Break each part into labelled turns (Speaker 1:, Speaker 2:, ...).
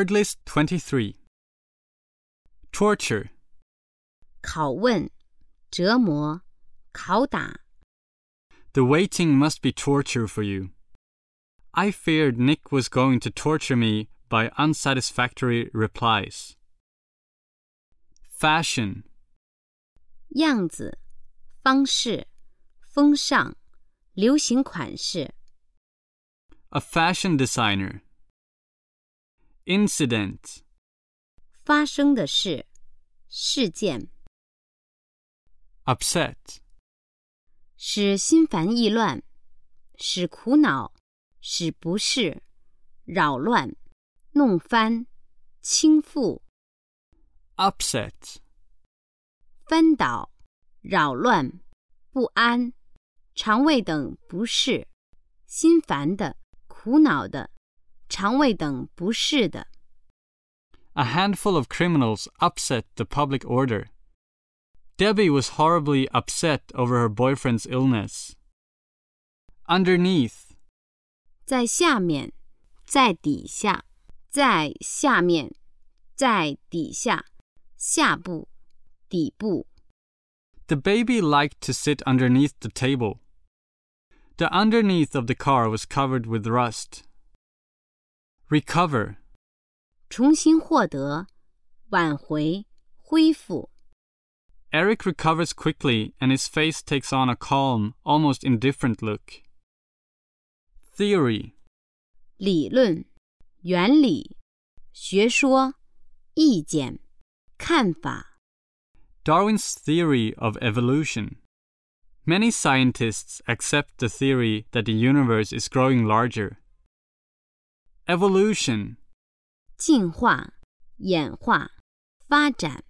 Speaker 1: Word list 23 Torture,
Speaker 2: 拷问、折磨、拷打。
Speaker 1: The waiting must be torture for you. I feared Nick was going to torture me by unsatisfactory replies. Fashion,
Speaker 2: 样子、方式、风尚、流行款式、
Speaker 1: a fashion designer. Incident,
Speaker 2: 发生的事、事件，
Speaker 1: upset.
Speaker 2: 使心烦意乱，使苦恼，使不适，扰乱，弄翻，倾覆，
Speaker 1: Upset,
Speaker 2: 翻倒，扰乱，不安，肠胃等不适，心烦的、苦恼的，肠胃等不适的。
Speaker 1: a handful of criminals upset the public order. Debbie was horribly upset over her boyfriend's illness. Underneath,
Speaker 2: 在下面，在底下，在下面，在底下，下部，底部，
Speaker 1: The baby liked to sit underneath the table. The underneath of the car was covered with rust. Recover.
Speaker 2: 重新获得，挽回，恢复。
Speaker 1: Eric recovers quickly and his face takes on a calm, almost indifferent look. Theory.
Speaker 2: 理论、原理、学说、意见、看法。
Speaker 1: Darwin's theory of evolution. Many scientists accept the theory that the universe is growing larger. Evolution.
Speaker 2: 进化、演化、发展。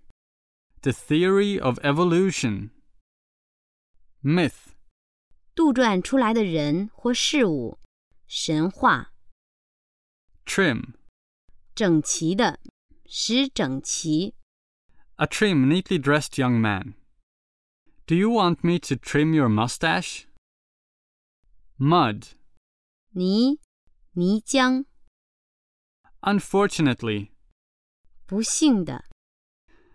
Speaker 1: The theory of evolution. Myth.
Speaker 2: 杜撰出来的人或事物。神话。
Speaker 1: Trim.
Speaker 2: 整齐的，使整齐。
Speaker 1: A trim, neatly dressed young man. Do you want me to trim your mustache? Mud.
Speaker 2: 泥，泥浆。
Speaker 1: Unfortunately,
Speaker 2: 不幸的，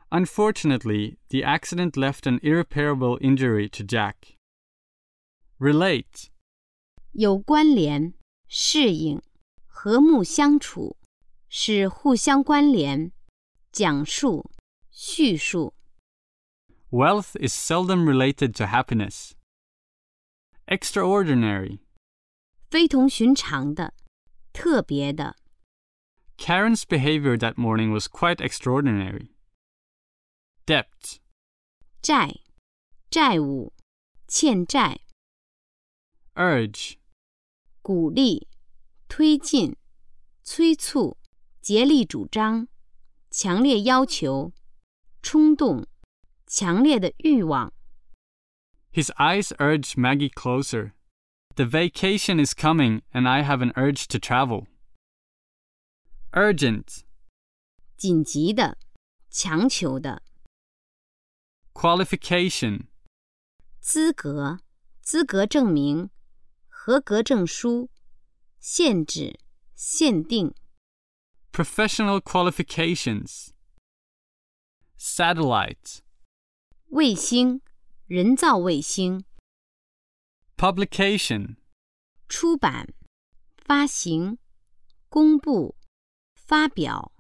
Speaker 1: unfortunately, the accident left an irreparable injury to Jack. Relate.
Speaker 2: 有关联，适应，和睦相处，是互相关联。讲述，叙述。
Speaker 1: Wealth is seldom related to happiness. Extraordinary.
Speaker 2: 非同寻常的、特别的、
Speaker 1: Karen's behavior that morning was quite extraordinary. Debt.
Speaker 2: 债、债务、欠债、
Speaker 1: Urge.
Speaker 2: 鼓励、推进、催促、竭力主张、强烈要求、冲动、强烈的欲望、
Speaker 1: His eyes urged Maggie closer. The vacation is coming, and I have an urge to travel. Urgent.
Speaker 2: 紧急的、强求的、
Speaker 1: Qualification.
Speaker 2: 资格、资格证明、合格证书、限制、限定、
Speaker 1: Professional qualifications. Satellite.
Speaker 2: 卫星、人造卫星、
Speaker 1: Publication.
Speaker 2: 出版、发行、公布、发表、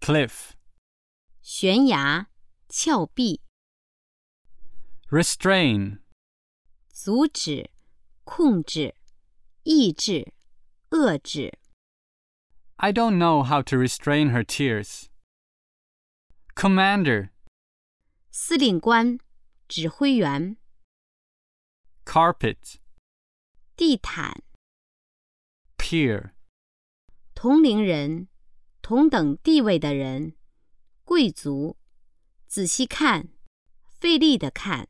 Speaker 1: Cliff.
Speaker 2: 悬崖、峭壁、
Speaker 1: Restrain.
Speaker 2: 阻止、控制、抑制、遏制、
Speaker 1: I don't know how to restrain her tears. Commander.
Speaker 2: 司令官、指挥员、
Speaker 1: Carpet.
Speaker 2: 地毯、
Speaker 1: Peer.
Speaker 2: 同龄人、同等地位的人、贵族。仔细看，费力的看。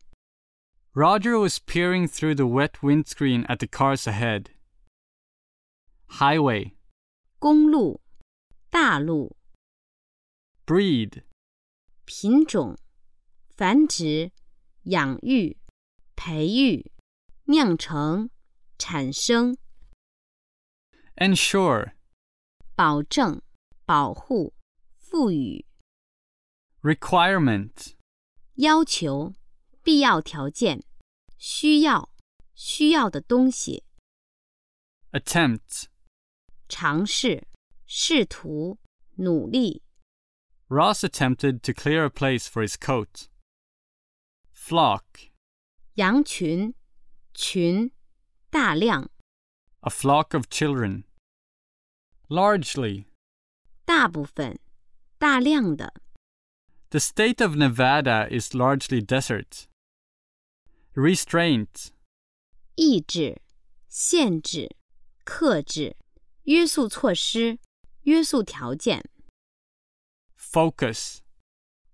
Speaker 1: Roger was peering through the wet windscreen at the cars ahead. Highway.
Speaker 2: 公路、大陆、
Speaker 1: Breed.
Speaker 2: 品种、繁殖、养育、培育、酿成、产生。
Speaker 1: Ensure.
Speaker 2: 保证、保护、赋予、
Speaker 1: Requirement.
Speaker 2: 要求、必要条件、需要、需要的东西、
Speaker 1: Attempt.
Speaker 2: 尝试、试图、努力。
Speaker 1: Ross attempted to clear a place for his coat. Flock.
Speaker 2: 羊群、群、大量、
Speaker 1: A flock of children. Largely.
Speaker 2: 大部分、大量的
Speaker 1: The state of Nevada is largely desert. Restraint.
Speaker 2: 抑制、限制、克制、约束措施、约束条件、
Speaker 1: Focus.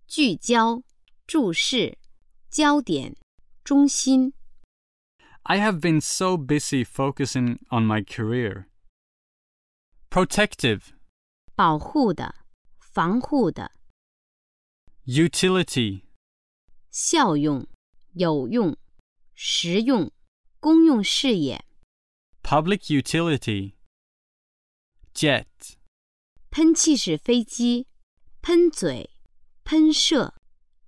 Speaker 2: 聚焦、注视、焦点、中心。
Speaker 1: I have been so busy focusing on my career. Protective.
Speaker 2: 保护的、防护的、
Speaker 1: Utility.
Speaker 2: 效用、有用、实用、公用事业、
Speaker 1: Public utility. Jet.
Speaker 2: 喷气式飞机、喷嘴、喷射、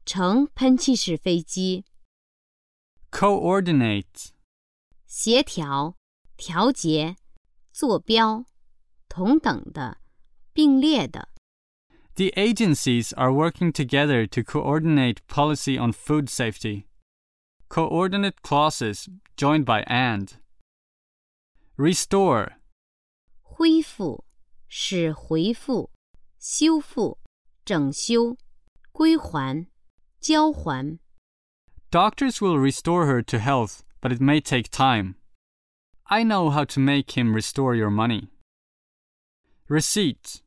Speaker 2: 乘喷气式飞机、
Speaker 1: Coordinate.
Speaker 2: 协调、调节、坐标、同等的、并列的。
Speaker 1: The agencies are working together to coordinate policy on food safety. Coordinate clauses joined by and. Restore.
Speaker 2: 恢复，使回复、修复、整修、归还、交还、
Speaker 1: Doctors will restore her to health, but it may take time. I know how to make him restore your money. Receipt.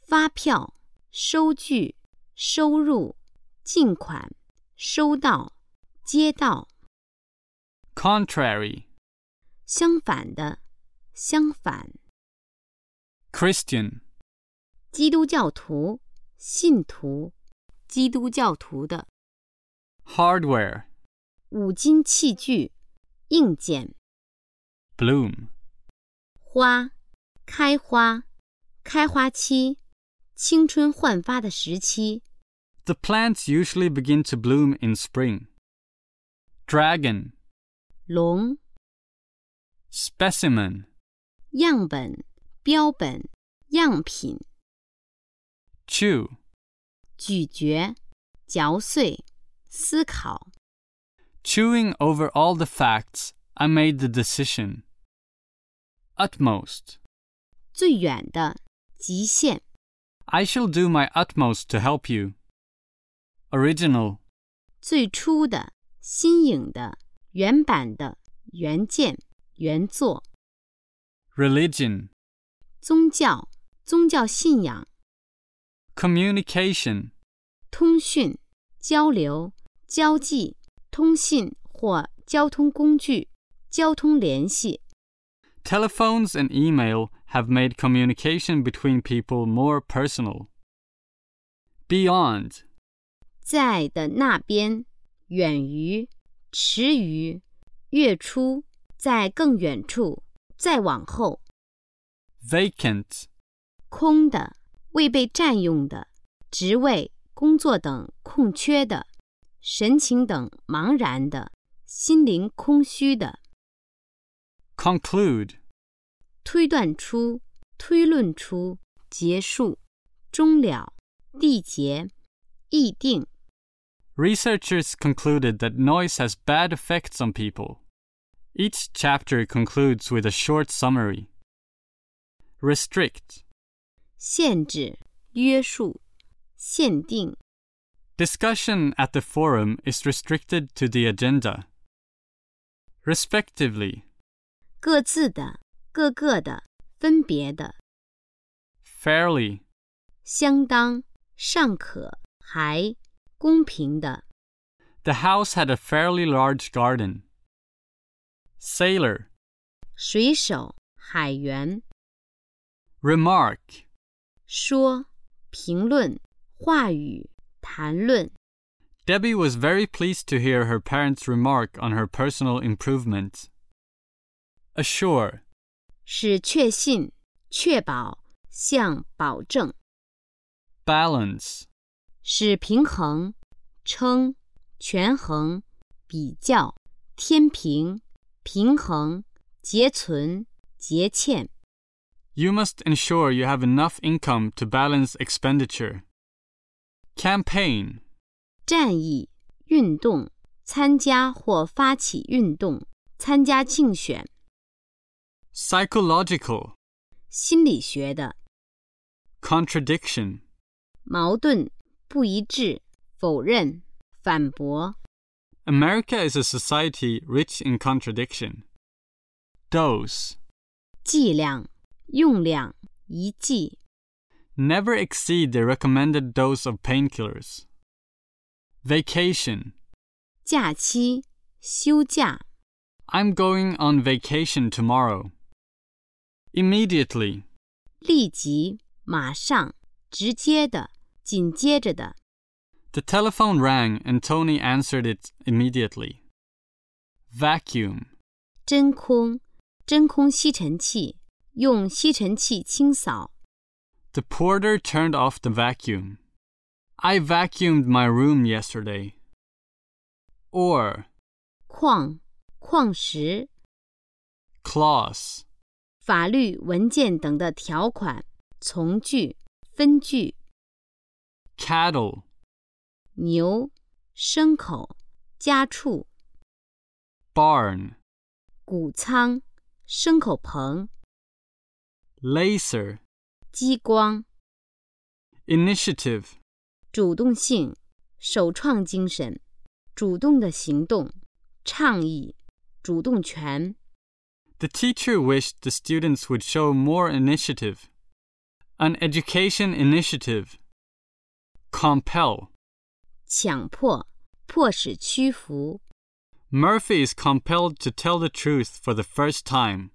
Speaker 2: 发票、收据、收入、进款、收到、接到、
Speaker 1: Contrary.
Speaker 2: 相反的、相反、
Speaker 1: Christian.
Speaker 2: 基督教徒、信徒、基督教徒的。
Speaker 1: Hardware.
Speaker 2: 五金器具、硬件、
Speaker 1: Bloom.
Speaker 2: 花、开花、开花期、青春焕发的时期、
Speaker 1: The plants usually begin to bloom in spring. Dragon.
Speaker 2: 龙、
Speaker 1: Specimen.
Speaker 2: 样本、标本、样品、
Speaker 1: Chew.
Speaker 2: 咀嚼、嚼碎、思考、
Speaker 1: Chewing over all the facts, I made the decision. Utmost.
Speaker 2: 最远的极限、
Speaker 1: I shall do my utmost to help you. Original.
Speaker 2: 最初的、新颖的、原版的、原件、原作、
Speaker 1: Religion.
Speaker 2: 宗教、宗教信仰、
Speaker 1: Communication.
Speaker 2: 通讯、交流、交际、通信或交通工具、交通联系、
Speaker 1: Telephones and email have made communication between people more personal. Beyond.
Speaker 2: 在的那边、远于、迟于、月初、在更远处、再往后、
Speaker 1: Vacant.
Speaker 2: 空的、未被占用的、职位、工作等空缺的、神情等茫然的、心灵空虚的。
Speaker 1: Conclude.
Speaker 2: 推断出、推论出、结束、终了、缔结、议定。
Speaker 1: Researchers concluded that noise has bad effects on people. Each chapter concludes with a short summary. Restrict.
Speaker 2: 限制、约束、限定、
Speaker 1: Discussion at the forum is restricted to the agenda. Respectively.
Speaker 2: 各自的、各个的、分别的、
Speaker 1: Fairly.
Speaker 2: 相当、尚可、还、公平的、
Speaker 1: The house had a fairly large garden. Sailor.
Speaker 2: 水手、海员、
Speaker 1: Remark.
Speaker 2: 说、评论、话语、谈论。
Speaker 1: Debbie was very pleased to hear her parents' remark on her personal improvement. Assure.
Speaker 2: 使确信、确保、向保证、
Speaker 1: balance,
Speaker 2: 使平衡、称、权衡、比较、天平、平衡、结存、结欠。
Speaker 1: you must ensure you have enough income to balance expenditure. Campaign,
Speaker 2: 战役、运动、参加或发起运动、参加竞选、
Speaker 1: psychological,
Speaker 2: 心理学的
Speaker 1: contradiction,
Speaker 2: 矛盾、不一致、否认、反驳。
Speaker 1: America is a society rich in contradiction. Dose.
Speaker 2: 剂量、用量、一剂。
Speaker 1: Never exceed the recommended dose of painkillers. Vacation.
Speaker 2: 假期、休假、
Speaker 1: I'm going on vacation tomorrow. Immediately.
Speaker 2: 立即、马上、直接的、紧接着的。
Speaker 1: The telephone rang and Tony answered it immediately. Vacuum.
Speaker 2: 真空、真空吸尘器，用吸尘器清扫。
Speaker 1: The porter turned off the vacuum. I vacuumed my room yesterday. Or.
Speaker 2: 矿、矿石、
Speaker 1: Clause.
Speaker 2: 法律文件等的条款、从句、分句。
Speaker 1: Cattle.
Speaker 2: 牛、牲口、家畜、
Speaker 1: Barn.
Speaker 2: 谷仓、牲口棚、
Speaker 1: Laser.
Speaker 2: 激光、
Speaker 1: Initiative.
Speaker 2: 主动性、首创精神、主动的行动、倡议、主动权、
Speaker 1: The teacher wished the students would show more initiative. An education initiative. Compel.
Speaker 2: 强迫、迫使屈服。
Speaker 1: Murphy is compelled to tell the truth for the first time.